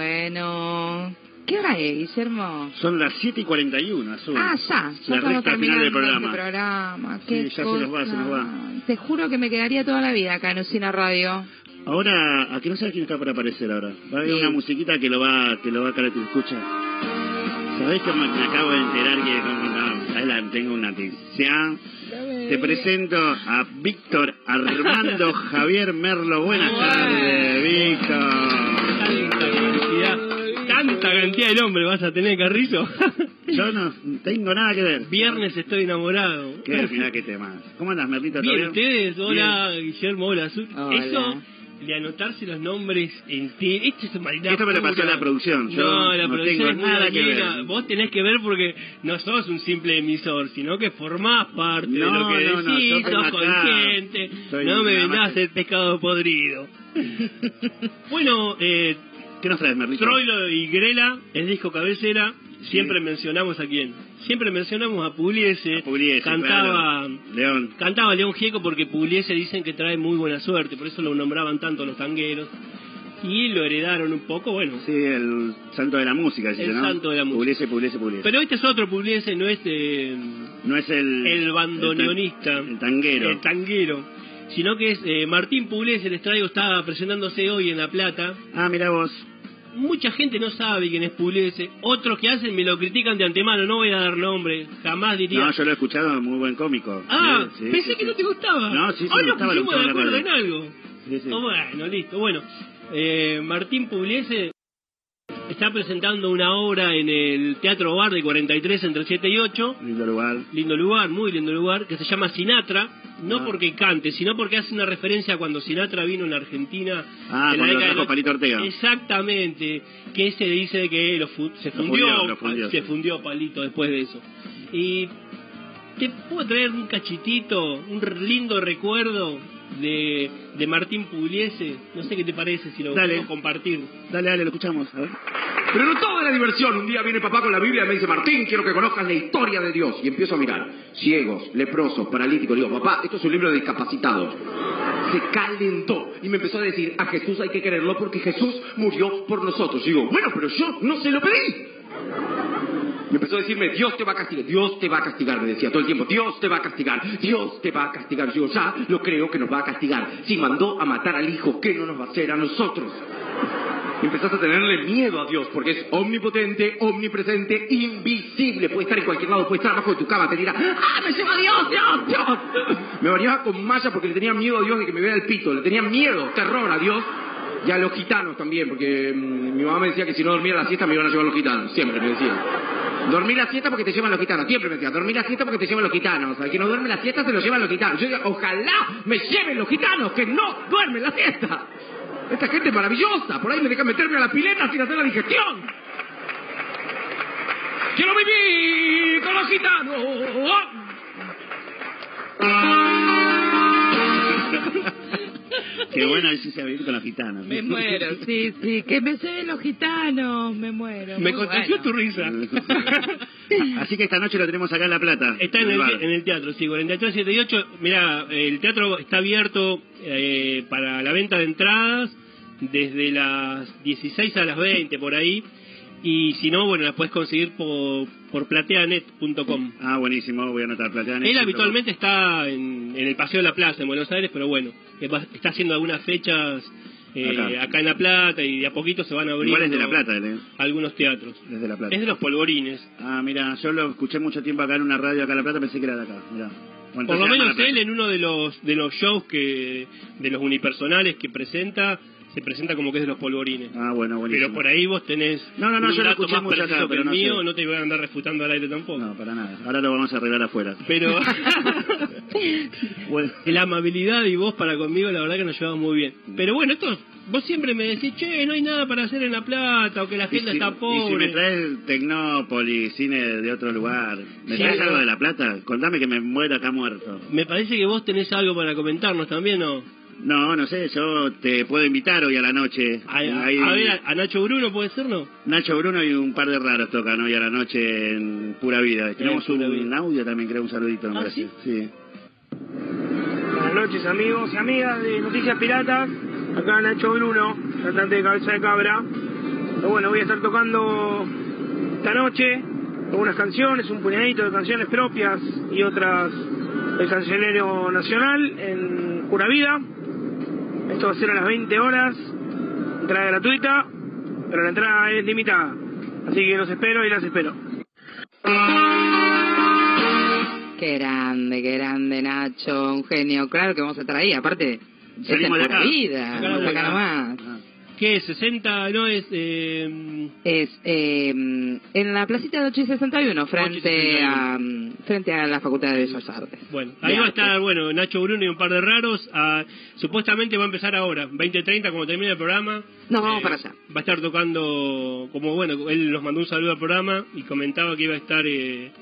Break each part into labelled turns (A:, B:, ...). A: Bueno, ¿qué hora es, Guillermo?
B: Son las 7 y 41, Azul.
A: Ah, ya, ya
B: La
A: estamos
B: recta final
A: terminando
B: del programa.
A: este programa. Qué
B: Sí, ya se nos va, se nos va.
A: cosa. Te juro que me quedaría toda la vida acá en Usina Radio.
B: Ahora, a que no sabes quién está por aparecer ahora. Va a haber
A: Sí.
B: una musiquita que lo va, que lo va a caracterizar. Escucha. ¿Sabés que me me acabo de enterar que no, adelante, tengo una noticia? Te presento a Víctor Armando Javier Merlo. Buenas
C: Bueno.
B: tardes, Víctor.
C: Tanta cantidad, tanta cantidad de nombre vas a tener, Carrizo.
B: Yo no tengo nada que ver.
C: Viernes estoy enamorado.
B: Qué, mirá qué tema. ¿Cómo andas, Merlito? ¿Todo
C: Bien, ustedes, hola Guillermo, hola Azul.
A: Hola.
C: Eso de anotarse los nombres en ti, esto es maldad.
B: Esto me lo
C: pura.
B: pasó la producción, yo
C: no, la
B: no
C: producción
B: tengo
C: es muy
B: nada que ver.
C: dañina. Vos tenés que ver porque no sos un simple emisor, sino que formás parte
B: No,
C: de lo que
B: no, no, yo
C: decís,
B: soy
C: sos
B: más
C: consciente.
B: Soy
C: no me
B: nada más
C: vendás
B: que-
C: el pescado podrido. bueno, eh.
B: ¿Qué nos traes, Merlito?
C: Troilo y Grela, el disco cabecera, siempre
B: Sí.
C: mencionamos a quién. Siempre mencionamos a Pugliese.
A: eh,
B: A Pugliese,
C: cantaba
B: claro. León.
C: cantaba León Gieco porque Pugliese dicen que trae muy buena suerte, por eso lo nombraban tanto los tangueros. Y lo heredaron un poco, bueno.
B: Sí, el santo de la música, dice,
C: El
B: ¿no?
C: santo de la música.
B: Pugliese, Pugliese, Pugliese.
C: Pero este es otro Pugliese, no este
B: no es el...
C: el bandoneonista.
B: El, tan- el tanguero.
C: el tanguero, sino que es eh, Martín Pugliese, les traigo, estaba presentándose hoy en La Plata.
B: Ah, mira vos.
C: Mucha gente no sabe quién es Pugliese. Otros que hacen me lo critican de antemano. No voy a dar nombre. Jamás diría.
B: No, yo lo he escuchado, muy buen cómico.
C: ah,
B: Sí, sí,
C: pensé
B: sí,
C: que
B: sí.
C: no te gustaba.
B: No, sí, sí,
C: Hoy
B: me
C: nos
B: gustaba, lo
C: pusimos de
B: gustaba
C: acuerdo
B: la
C: en algo.
B: Sí, sí.
C: Oh, bueno, listo. Bueno, eh, Martín Pugliese está presentando una obra en el Teatro Bar de 43 entre 7 y 8.
B: Lindo lugar.
C: Lindo lugar, muy lindo lugar, que se llama Sinatra, no
B: Ah.
C: porque cante, sino porque hace una referencia a cuando Sinatra vino en la Argentina.
B: Ah,
C: en la
B: cuando
C: década
B: trajo
C: de-
B: Palito Ortega.
C: Exactamente, que se dice que lo fu- se
B: Lo
C: fundió,
B: fundió, lo fundió,
C: se
B: sí.
C: fundió Palito después de eso. Y te puedo traer un cachitito, un lindo recuerdo de, de Martín Pugliese, no sé qué te parece si lo
B: Dale.
C: podemos compartir.
B: Dale, dale, lo escuchamos. A ver.
D: Pero no toda la diversión. Un día viene papá con la Biblia y me dice, Martín, quiero que conozcas la historia de Dios. Y empiezo a mirar. Ciegos, leprosos, paralíticos. Digo, papá, esto es un libro de discapacitados. Se calentó y me empezó a decir, a Jesús hay que quererlo porque Jesús murió por nosotros. Y digo, bueno, pero yo no se lo pedí. Y empezó a decirme, Dios te va a castigar, Dios te va a castigar, me decía todo el tiempo, Dios te va a castigar, Dios te va a castigar. Yo ya lo creo que nos va a castigar. Si mandó a matar al hijo, ¿qué no nos va a hacer a nosotros? Y empezás a tenerle miedo a Dios porque es omnipotente, omnipresente, invisible. Puede estar en cualquier lado, puede estar abajo de tu cama, te dirá, ¡ah, me lleva Dios, Dios, Dios! Me bañaba con malla porque le tenía miedo a Dios de que me vea el pito, le tenía miedo, terror a Dios. Y a los gitanos también, porque mm, mi mamá me decía que si no dormía la siesta me iban a llevar los gitanos, siempre me decía. Dormí la siesta porque te llevan los gitanos, siempre me decía, dormí la siesta porque te llevan los gitanos. Al que no duerme la siesta se lo llevan los gitanos. Yo decía, ojalá me lleven los gitanos, que no duermen la siesta. Esta gente es maravillosa. Por ahí me dejan meterme a la pileta sin hacer la digestión. Quiero vivir con los gitanos.
B: Qué bueno, sí se vivir con los gitanos.
A: Me muero, sí, sí, que me ceden los gitanos, me muero.
C: Me
A: Muy
C: contagió
A: bueno.
C: tu risa.
B: Así que esta noche lo tenemos acá en La Plata.
C: Está en el,
B: bar.
C: te- en el teatro, sí, 4378. Mira, el teatro está abierto eh, para la venta de entradas desde las 16 a las 20 por ahí. Y si no, bueno, la puedes conseguir por, por plateanet.com.
B: Ah, buenísimo, voy a anotar Plata.
C: Él habitualmente está en, en el Paseo de la Plaza, en Buenos Aires, pero bueno, eh, va- está haciendo algunas fechas eh,
B: Acá.
C: acá. en La Plata y de a poquito se van a abrir
B: Igual es de La Plata, él, ¿eh?
C: algunos teatros.
B: Es de La Plata.
C: Es de los polvorines.
B: Ah, mira, yo lo escuché mucho tiempo acá en una radio acá en La Plata, pensé que era de acá, mira.
C: Por lo menos
B: ah,
C: él en uno de los de los shows que de los unipersonales que presenta se presenta como que es de los polvorines.
B: Ah, bueno, buenísimo.
C: pero por ahí vos tenés
B: No, no, no,
C: un
B: yo lo
C: dato
B: escuché
C: más
B: mucho
C: preciso
B: acá,
C: que
B: pero
C: el
B: no
C: mío,
B: sé.
C: no te voy a andar refutando al aire tampoco.
B: No, para nada. Ahora lo vamos a arreglar afuera.
C: Pero
B: Bueno,
C: la amabilidad y vos para conmigo la verdad que nos llevamos muy bien. Pero bueno, esto vos siempre me decís, "Che, no hay nada para hacer en La Plata o que la
B: y
C: gente
B: si,
C: está
B: y si
C: pobre."
B: me traes Tecnópolis, cine de otro lugar, ¿me
C: Sí,
B: traes
C: pero-
B: algo de La Plata? Contame que me muero acá muerto.
C: Me parece que vos tenés algo para comentarnos también, ¿no?
B: No, no sé, yo te puedo invitar hoy a la noche.
C: A, a-
B: Ahí-
C: a ver, a, a Nacho Bruno puede ser, ¿no?
B: Nacho Bruno y un par de raros tocan hoy a la noche en Pura Vida. Tenemos
C: Pura
B: un
C: Vida.
B: audio también, creo, un saludito. me
C: Ah,
B: parece.
C: ¿sí?
B: sí.
E: Buenas noches amigos y amigas de Noticias Piratas, acá Nacho Bruno, cantante de cabeza de cabra. Pero bueno, voy a estar tocando esta noche algunas canciones, un puñadito de canciones propias y otras del Cancionero Nacional en Pura Vida. Esto va a ser a las 20 horas, entrada gratuita, pero la entrada es limitada. Así que los espero y las espero.
A: Qué grande, qué grande, Nacho. Un genio. Claro que vamos a estar ahí. Aparte, esta es
B: Salimos de
A: Pura
B: acá.
A: vida.
C: Acá,
A: vamos
C: de
A: acá
C: acá.
A: nomás.
C: Ah. ¿Qué es? ¿60? No, es... eh,
A: Es eh, en la placita de 861, frente,
C: 861.
A: A, mm, frente a la Facultad de Bellas Artes.
C: Bueno,
A: De
C: ahí va a
A: arte.
C: estar, bueno, Nacho Bruno y un par de raros. ah, supuestamente va a empezar ahora, 20.30, cuando termine el programa. Eh,
A: Nos vamos para allá.
C: Va a estar tocando, como bueno, él nos mandó un saludo al programa y comentaba que iba a estar eh,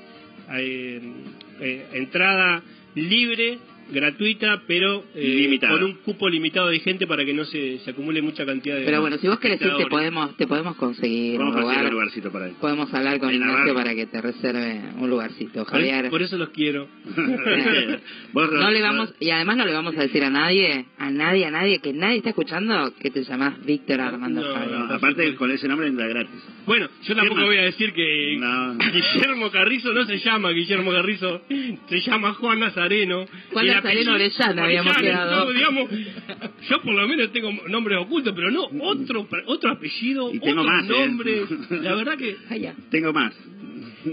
C: eh, eh, entrada libre, gratuita, pero eh,
B: Limitada.
C: con un cupo limitado de gente para que no se, se acumule mucha cantidad de...
A: Pero bueno, si vos querés ir, te
C: espectadores.
A: podemos, te podemos conseguir un
B: Vamos a conseguir un
A: lugar.
B: lugarcito para él.
A: Podemos hablar con
B: En la
A: Ignacio
B: barra.
A: para que te reserve un lugarcito.
C: Por,
A: Javier.
C: ¿Eh? por eso los quiero.
B: Vos,
A: No le vamos, y además no le vamos a decir a nadie, a nadie, a nadie, que nadie está escuchando que te llamás Víctor Armando
C: No,
A: Javier.
B: No, aparte, con ese nombre entra gratis.
C: Bueno, yo tampoco
B: más?
C: voy a decir que
B: No.
C: Guillermo Carrizo no se llama Guillermo Carrizo, se llama Juan Nazareno.
A: Juan
C: Y el
A: Nazareno
C: apellido-
A: Orellana habíamos
C: Orellana,
A: quedado.
C: entonces, digamos, yo por lo menos tengo nombres ocultos, pero no, otro otro apellido,
B: Y tengo
C: otro
B: más, ¿eh?
C: nombre. La verdad que
A: Ay, ya.
B: Tengo más.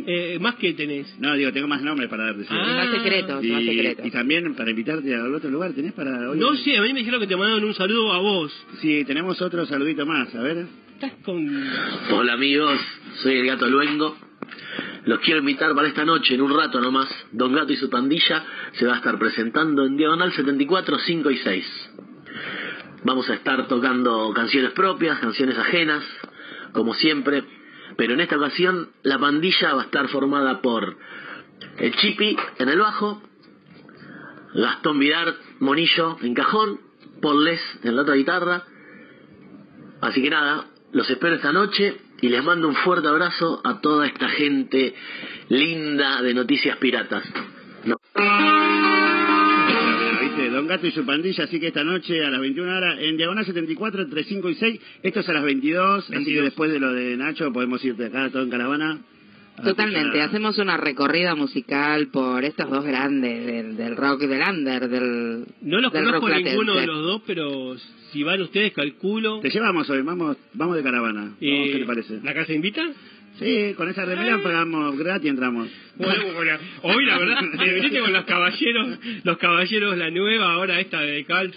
C: eh, más que tenés.
B: No, digo, tengo más nombres para darte. sí.
C: Ah,
A: Más secretos, más
B: y, y
A: secretos.
B: también para invitarte al otro lugar, ¿tenés para hoy?
C: No sé, a mí me dijeron que te mandaron un saludo a vos.
B: Sí, tenemos otro saludito más, a ver.
C: Estás con...
F: Hola amigos, soy el gato Luengo. Los quiero invitar para esta noche, en un rato nomás. Don Gato y su pandilla se va a estar presentando en Diagonal 74, 5 y 6. Vamos a estar tocando canciones propias, canciones ajenas, como siempre. Pero en esta ocasión la pandilla va a estar formada por el Chipi en el bajo, Gastón Vidar Monillo en cajón, Paul Les en la otra guitarra, Así que nada, los espero esta noche y les mando un fuerte abrazo a toda esta gente linda de Noticias Piratas. No-
B: Bueno, Ah, ¿viste? Don Gato y su pandilla, así que esta noche a las 21 horas en Diagonal 74, entre 5 y 6. Esto es a las 22, así que
C: 22.
B: después de lo de Nacho podemos ir de acá todo en caravana. a
A: Totalmente,
B: escuchar a-
A: hacemos una recorrida musical por estos dos grandes del, del rock del under, del
C: No los
A: del
C: conozco a
A: rock
C: ninguno de
A: platense.
C: los dos, pero si van ustedes, calculo.
B: Te llevamos hoy, vamos vamos de caravana. Vamos,
C: Eh,
B: ¿Qué te parece?
C: ¿La casa invita?
B: Sí, con esa remera pagamos gratis entramos.
C: Bueno, bueno, hoy la verdad, te viniste con los caballeros, los caballeros, la nueva, ahora esta de Cal,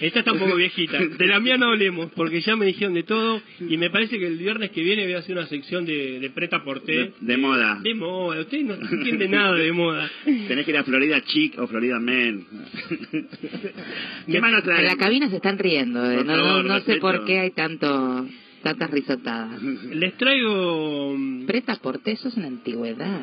C: esta está un poco viejita. De la mía no hablemos, porque ya me dijeron de todo, y me parece que el viernes que viene voy a hacer una sección de, de preta por
B: De, de moda.
C: De moda, usted no entiende nada de moda.
B: Tenés que ir a Florida Chic o Florida Men. ¿Qué más nos
A: En
B: traen?
A: la cabina se están riendo, eh,
B: Por
A: no, no-
B: favor,
A: no sé
B: respeto.
A: por qué hay tanto tantas risotadas.
C: Les traigo... mm,
A: Preta Porte, eso es una antigüedad.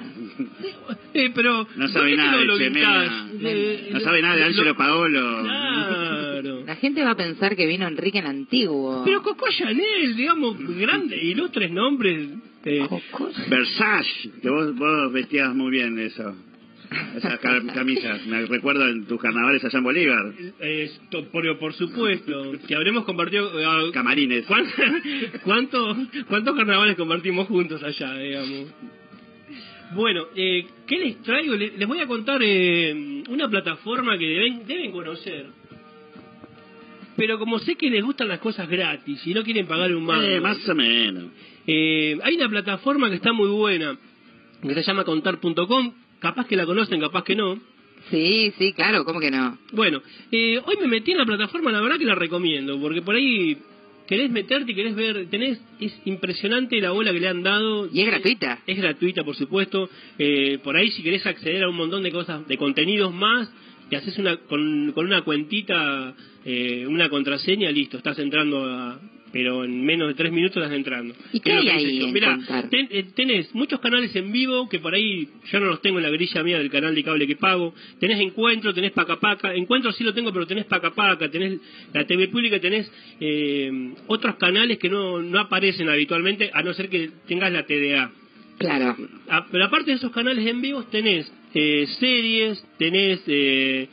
C: Eh, pero...
B: No
C: ¿por
B: sabe
C: qué
B: nada
C: no
B: de
C: lo
B: Chemena.
C: ubicás? Eh,
B: No sabe nada de
C: lo-
B: Ángelo Paolo.
C: Claro.
A: La gente va a pensar que vino Enrique el Antiguo.
C: Pero Coco Chanel, digamos, grande, ilustres nombres. eh,
A: Coco-
B: Versace, que vos, vos vestías muy bien eso. Esas ca- camisas, me recuerdo en tus carnavales allá en Bolívar.
C: Eh, to- por, por supuesto, que habremos compartido... eh,
B: Camarines.
C: ¿cuán- cuánto- ¿Cuántos carnavales compartimos juntos allá, digamos? Bueno, eh, ¿qué les traigo? Le- Les, voy a contar eh, una plataforma que deben, deben conocer. Pero como sé que les gustan las cosas gratis y no quieren pagar un mango,
B: Eh, más o menos.
C: eh, hay una plataforma que está muy buena, que se llama contar.com. Capaz que la conocen, capaz que no.
A: Sí, sí, claro, ¿cómo que no?
C: Bueno, eh, hoy me metí en la plataforma, la verdad que la recomiendo, porque por ahí querés meterte y querés ver, tenés, es impresionante la bola que le han dado.
A: Y es gratuita.
C: Es gratuita, por supuesto. Eh, por ahí si querés acceder a un montón de cosas, de contenidos más, te haces una, con, con una cuentita, eh, una contraseña, listo, estás entrando a... Pero en menos de tres minutos estás entrando.
A: ¿Y qué
C: Es lo
A: hay
C: que hice
A: ahí
C: yo.
A: en
C: Mirá,
A: contar?
C: ten- eh, tenés muchos canales en vivo que por ahí yo no los tengo en la grilla mía del canal de cable que pago. Tenés Encuentro, tenés Pacapaca. Encuentro sí lo tengo, pero tenés Pacapaca, tenés la TV pública, tenés eh, otros canales que no, no aparecen habitualmente, a no ser que tengas la TDA.
A: Claro.
C: A- Ah, pero aparte de esos canales en vivo, tenés eh, series, tenés... eh,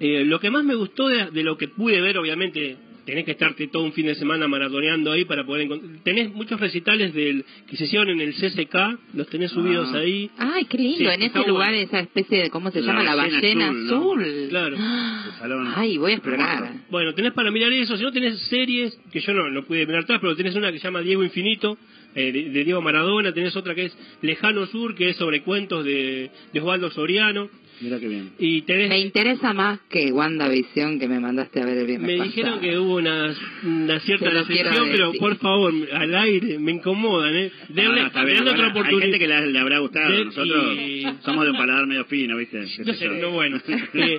C: eh, lo que más me gustó de, de lo que pude ver, obviamente, tenés que estarte todo un fin de semana maratoneando ahí para poder encontrar. Tenés muchos recitales del que se hicieron en el CCK, los tenés subidos
B: Ah.
C: ahí.
A: Ay, qué lindo,
C: Sí,
A: en
C: está
A: ese lugar,
C: bueno.
A: esa especie de, ¿cómo se
B: La
A: llama? La
B: ballena
A: ballena
B: azul, ¿no?
A: azul.
C: Claro.
A: Ah,
B: El salón.
A: Ay, voy a explorar.
B: Hermoso.
C: Bueno, tenés para mirar eso, si no tenés series, que yo no, no pude mirar atrás, pero tenés una que se llama Diego Infinito, eh, de, de Diego Maradona, tenés otra que es Lejano Sur, que es sobre cuentos de, de Osvaldo Soriano,
B: Mira qué bien.
C: y tenés...
A: Me interesa más que WandaVision que me mandaste a ver el viernes
C: Me
A: pasado.
C: dijeron que hubo una, una cierta
A: Te lo quiero
C: decepción, pero
A: decir.
C: por favor, al aire, me incomodan, ¿eh? Denle,
B: Ah, está bien,
C: denle otra
B: bueno, Hay gente
C: oportunidad.
B: que le, le habrá gustado.
C: Sí.
B: Nosotros somos de un paladar medio fino, ¿viste? Qué
C: No
B: sé
C: sé,
B: yo.
C: no, bueno. Eh,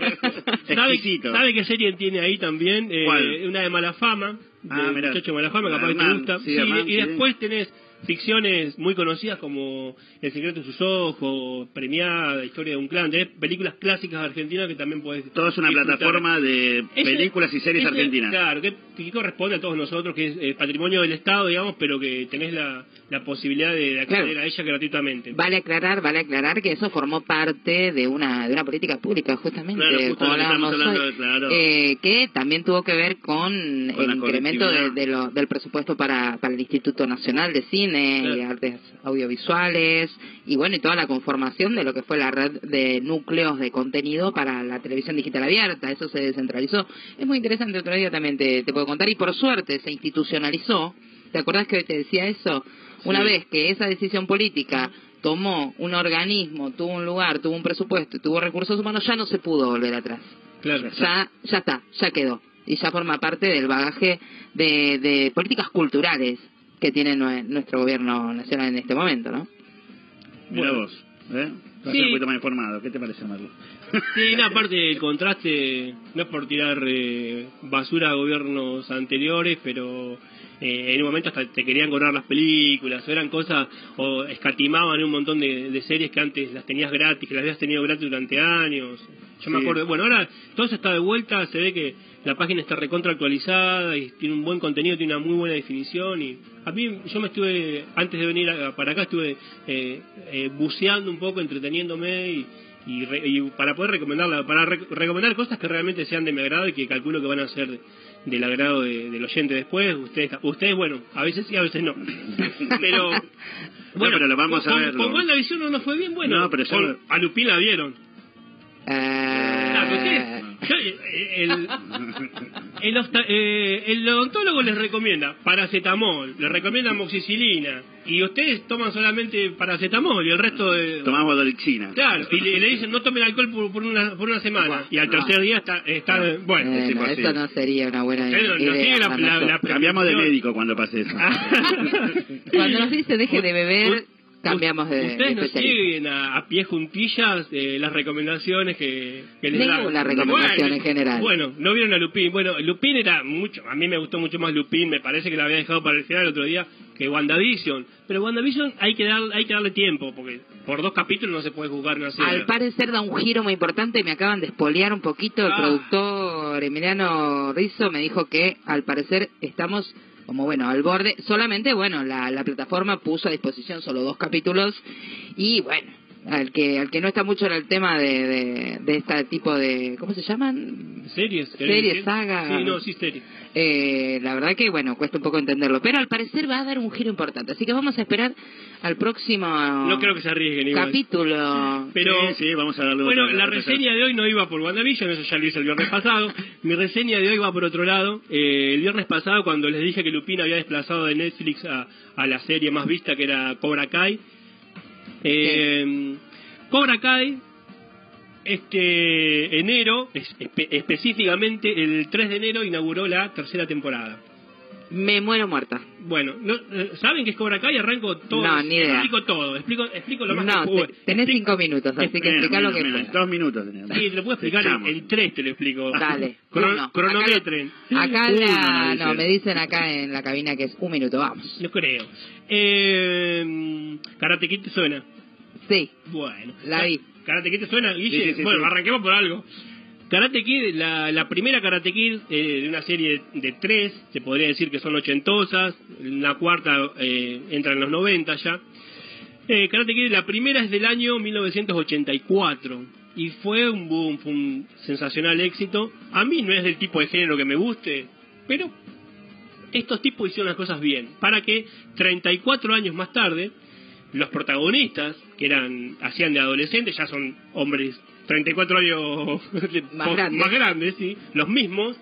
C: ¿sabe,
B: Exquisito.
C: sabe qué serie tiene ahí también? Eh,
B: ¿Cuál?
C: Una de mala fama, de
B: Ah, mirá.
C: muchacho de mala fama, capaz que te
B: Hernán,
C: gusta.
B: sí,
C: Sí,
B: Hernán,
C: y
B: sí.
C: después tenés ficciones muy conocidas como El secreto de sus ojos, Premiada, Historia de un clan, tenés películas clásicas argentinas que también podés
B: Todo es una
C: disfrutar.
B: plataforma de
C: Ese-
B: películas y series
C: ese-
B: argentinas.
C: Claro, que, que corresponde a todos nosotros, que es eh, patrimonio del Estado, digamos, pero que tenés la, la posibilidad de, de acceder
A: Claro.
C: a ella gratuitamente.
A: Vale aclarar, vale aclarar que eso formó parte de una, de una política pública, justamente,
B: Claro, justo
A: como
B: lo que
A: hablábamos
B: estamos hablando,
A: hoy,
B: claro.
A: eh, que también tuvo que ver con, el
B: la
A: incremento de,
B: conectividad.
A: de lo- del presupuesto para, para el Instituto Nacional de Cine y
C: Claro.
A: Artes Audiovisuales, y bueno, y toda la conformación de lo que fue la red de núcleos de contenido para la televisión digital abierta, eso se descentralizó. Es muy interesante, otro día también te, te puedo contar, y por suerte se institucionalizó. ¿Te acordás que hoy te decía eso? Una vez que esa decisión política tomó un organismo, tuvo un lugar, tuvo un presupuesto, tuvo recursos humanos, ya no se pudo volver atrás.
C: Claro.
A: Ya, ya está, ya quedó. Y ya forma parte del bagaje de, de políticas culturales que tiene nue- nuestro gobierno nacional en este momento, ¿no?
B: Mira
C: Bueno.
B: vos. ¿eh? Estás
C: Sí.
B: un poquito más informado. ¿Qué te parece, Marlo?
C: Sí, no, aparte el contraste, no es por tirar eh, basura a gobiernos anteriores, pero eh, en un momento hasta te querían cobrar las películas, o eran cosas, o escatimaban un montón de, de series que antes las tenías gratis, que las habías tenido gratis durante años. Yo me
B: Sí.
C: acuerdo, bueno, ahora todo eso está de vuelta, se ve que la página está recontra actualizada y tiene un buen contenido, tiene una muy buena definición. y A mí, yo me estuve, antes de venir a- para acá, estuve eh, eh, buceando un poco, entreteniéndome y, y, re- y para poder recomendarla, para re- recomendar cosas que realmente sean de mi agrado y que calculo que van a ser del agrado de- del oyente después. Ustedes, ustedes bueno, a veces sí, a veces no. Pero. Bueno,
B: pero lo vamos a
C: con-
B: verlo.
C: Con la visión no nos fue bien, bueno.
B: No, pero ya
C: con-
B: lo-
C: A Lupín la vieron. Ah, pero
A: Eh,
C: ustedes- yo- eh, el, el osta- eh, el odontólogo les recomienda paracetamol, les recomienda moxicilina, y ustedes toman solamente paracetamol y el resto de...
B: Tomamos dolcina.
C: Claro, y le, le dicen no tomen alcohol por, por una, por una semana, y al tercer día está... está bueno, pues
A: bueno,
B: es imposible.
A: eso no sería una buena
C: Eh, no, no
A: idea.
C: sigue la-
A: para
C: la- la-
A: nosotros.
B: Cambiamos de médico cuando pase eso.
C: Ah,
A: Cuando nos dice deje de beber,
C: U-
A: cambiamos de, de
C: Ustedes nos
A: especialista.
C: siguen a, a pie juntillas eh, las recomendaciones que, que les
A: Ninguna
C: dan.
A: recomendación
C: Bueno,
A: en general.
C: Bueno, no vieron a Lupín. Bueno, Lupín era mucho, a mí me gustó mucho más Lupín, me parece que la había dejado para el final el otro día, que WandaVision. Pero WandaVision hay que, dar, hay que darle tiempo, porque por dos capítulos no se puede juzgar una serie.
A: Al parecer da un giro muy importante y me acaban de espolear un poquito. El
C: Ah.
A: productor Emiliano Rizzo me dijo que al parecer estamos como bueno al borde. Solamente bueno la, la plataforma puso a disposición solo dos capítulos y bueno al que al que no está mucho en el tema de, de, de este tipo de cómo se llaman
C: ¿Series? ¿querés
A: Series,
C: decir?
A: sagas.
C: Sí, no, sí, series.
A: Eh, la verdad que, bueno, cuesta un poco entenderlo, pero al parecer va a dar un giro importante. Así que vamos a esperar al próximo
C: No creo que se arriesguen igual.
A: capítulo.
C: Pero...
B: sí, sí, vamos a darle
C: Bueno,
B: otra-
C: la
B: otra-
C: reseña de hoy no iba por WandaVision, eso ya lo hice el viernes pasado. Mi reseña de hoy va por otro lado. Eh, el viernes pasado, cuando les dije que Lupin había desplazado de Netflix a, a la serie más vista, que era Cobra Kai. eh, Cobra Kai, este enero, es- espe- específicamente el 3 de enero, inauguró la tercera temporada.
A: Me muero muerta.
C: Bueno, no, eh, ¿saben qué es Cobra Kai? Arranco todo.
A: No, ni idea.
C: Explico todo, explico, explico lo más
A: no,
C: que puedo.
A: te- tenés
C: Explico-
A: cinco minutos, así que
B: Menos,
A: explica lo
B: menos,
A: que
B: menos.
A: puedas.
B: Dos minutos tenemos.
C: Sí, te lo puedo explicar en,
B: Escuchamos.
C: en tres, te lo explico.
A: Dale.
C: Cron-
A: uno.
C: cronometren.
A: Acá,
B: Uno,
A: la-
B: me
A: no,
B: dicen.
A: me dicen acá en la cabina que es un minuto, vamos.
C: No creo. Eh, Karate Kid te suena.
A: Sí,
C: Bueno.
A: La vi.
C: Karate Kid te suena, Guille.
B: Sí, sí, sí,
C: bueno,
B: sí.
C: arranquemos por algo. Karate Kid, la, la primera Karate Kid eh, de una serie de tres, se podría decir que son ochentosas, la cuarta eh, entra en los noventa ya. Eh, Karate Kid, la primera es del año 1984 y fue un boom, fue un sensacional éxito. A mí no es del tipo de género que me guste, Pero estos tipos hicieron las cosas bien, para que 34 años más tarde, los protagonistas, que eran hacían de adolescentes, ya son hombres 34 años
A: Más grandes.
C: grandes, sí, los mismos.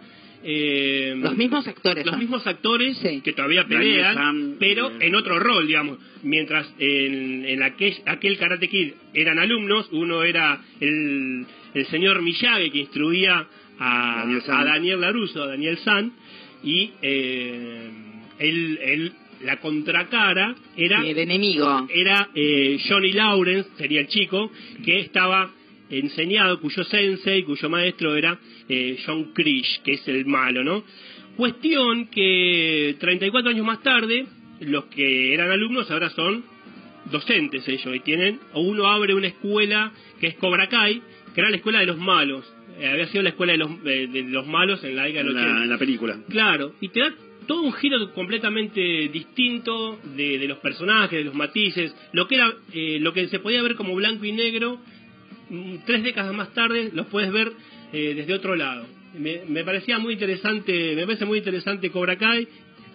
C: eh,
A: Los mismos actores.
C: los
A: ¿no?
C: mismos actores
A: Sí.
C: que todavía
B: Daniel
C: pelean,
B: Sam,
C: pero
B: eh.
C: en otro rol, digamos. Mientras en, en aquel, aquel Karate Kid eran alumnos, uno era el, el señor Miyagi que instruía a
B: Daniel San.
C: a Daniel Laruso, a Daniel San, y eh, él- él- la contracara era
A: El enemigo.
C: era eh, Johnny Lawrence, sería el chico, que estaba enseñado, cuyo sensei, cuyo maestro era eh, John Krish, que es el malo, ¿no? Cuestión que 34 años más tarde, los que eran alumnos ahora son docentes ellos, y tienen, uno abre una escuela que es Cobra Kai, que era la escuela de los malos, Eh, había sido la escuela de los, eh, de- de los malos en la década
B: en
C: del
B: la,
C: 80.
B: en la película.
C: Claro, y te da todo un giro completamente distinto de, de los personajes, de los matices, lo que era, eh, lo que se podía ver como blanco y negro, mm, tres décadas más tarde los puedes ver eh, desde otro lado. Me, me parecía muy interesante, me parece muy interesante Cobra Kai.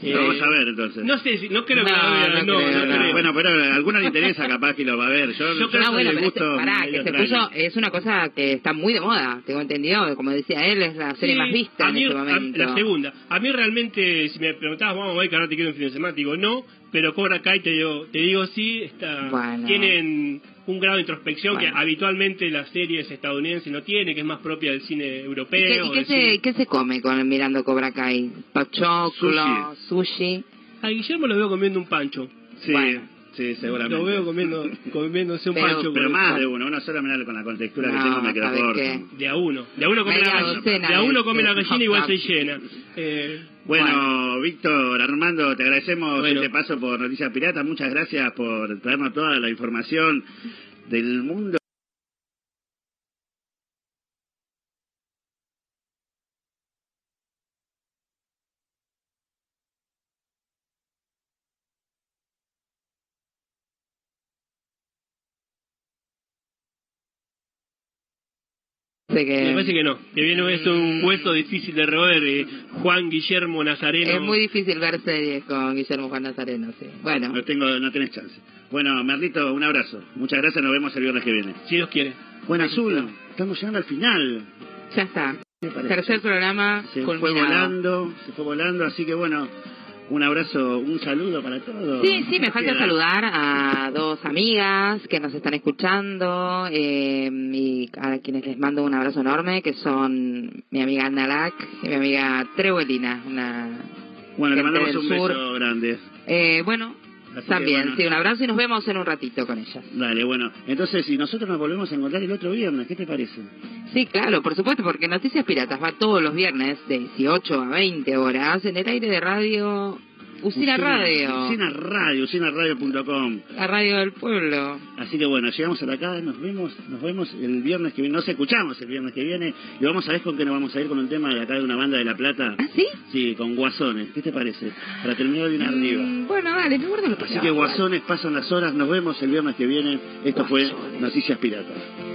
C: Eh,
B: Vamos a ver entonces. Eh,
C: No sé, si- no creo que
A: No,
C: la vea,
A: no
C: no, no
A: creo, no.
C: creo.
B: Bueno, pero a alguno le interesa capaz que lo va a ver. Yo,
C: Yo
B: yo
C: creo
B: soy
A: No, bueno,
B: de
A: pero este-
B: gusto
A: pará, que
B: medio
A: se
B: extraño.
A: puso, es una cosa que está muy de moda, tengo entendido, como decía él, es la serie
C: Sí,
A: más vista
C: a mí-
A: en este
C: a-
A: momento.
C: la segunda. A mí realmente, si me preguntabas, vamos a ver Karate Kid un fin de semana, te digo no, pero Cobra Kai te digo, te digo sí, está,
A: Bueno.
C: tienen un grado de introspección
A: Bueno.
C: que habitualmente las series estadounidenses no tienen, que es más propia del cine
A: ¿Y qué,
C: europeo.
A: y qué
C: del
A: se,
C: cine-
A: qué se come con mirando Cobra Kai? Pachoclo, sushi.
C: A Guillermo lo veo comiendo un pancho.
B: Sí,
A: Bueno.
B: sí, seguramente.
C: Lo veo comiendo, comiéndose un
A: Pero-
C: pancho
B: Pero
C: con-
B: más de uno, una sola mirada con la contextura
A: No,
B: que tengo me queda
A: ¿sabes
B: corto.
A: qué?
C: de a uno. De a uno come
A: Media
C: la gallina,
A: docena
C: de a uno
A: de-
C: come la
A: de
C: gallina igual se
A: hot dogs.
C: llena. Eh,
B: Bueno,
A: Bueno.
B: Víctor, Armando, te agradecemos
C: Bueno.
B: este paso por Noticias Pirata. Muchas gracias por traernos toda la información del mundo.
C: me
A: Sé
C: parece
A: que
C: que no, que viene es
A: mm.
C: un hueso difícil de roer, eh, Juan Guillermo Nazareno.
A: es muy difícil ver series con Guillermo Juan Nazareno, sí. Bueno,
B: No tengo, no tenés chance. Bueno, Merlito, un abrazo. Muchas gracias, nos vemos el viernes que viene.
C: Si Dios quiere.
B: Bueno, Azul, estamos llegando al final.
A: ya está.
B: ¿Qué te parece?
A: Tercer programa
B: Se fue
A: culminado.
B: volando, se fue volando, así que bueno, un abrazo, un saludo para todos.
A: Sí, sí, me
B: Nos
A: falta
B: queda-
A: saludar a dos amigas que nos están escuchando eh, y a quienes les mando un abrazo enorme, que son mi amiga Ana Lac y mi amiga Trebolina. Una...
B: Bueno,
A: gente
B: le mandamos
A: del
B: un
A: sur.
B: beso grande.
A: Eh, bueno,
B: Así que,
A: también,
B: bueno.
A: sí, un abrazo y nos vemos en un ratito con ellas.
B: Dale, bueno, entonces si nosotros nos volvemos a encontrar el otro viernes, ¿qué te parece?
A: Sí, claro, por supuesto, porque Noticias Piratas va todos los viernes de 18 a 20 horas en el aire de radio Usina Radio,
B: Usina Radio, usinaradio.com.
A: la radio del pueblo.
B: Así que bueno, llegamos hasta acá, nos vemos, nos vemos el viernes que viene, nos escuchamos el viernes que viene y vamos a ver con qué nos vamos a ir con un tema de acá de una banda de La Plata.
A: ¿Ah, sí?
B: Sí, con Guasones, ¿qué te parece? Para terminar bien arriba.
A: Mm, bueno, dale, me guardo lo
B: Así que Guasones, pasan las horas, nos vemos el viernes que viene. Esto fue
A: Guasones.
B: Noticias Piratas.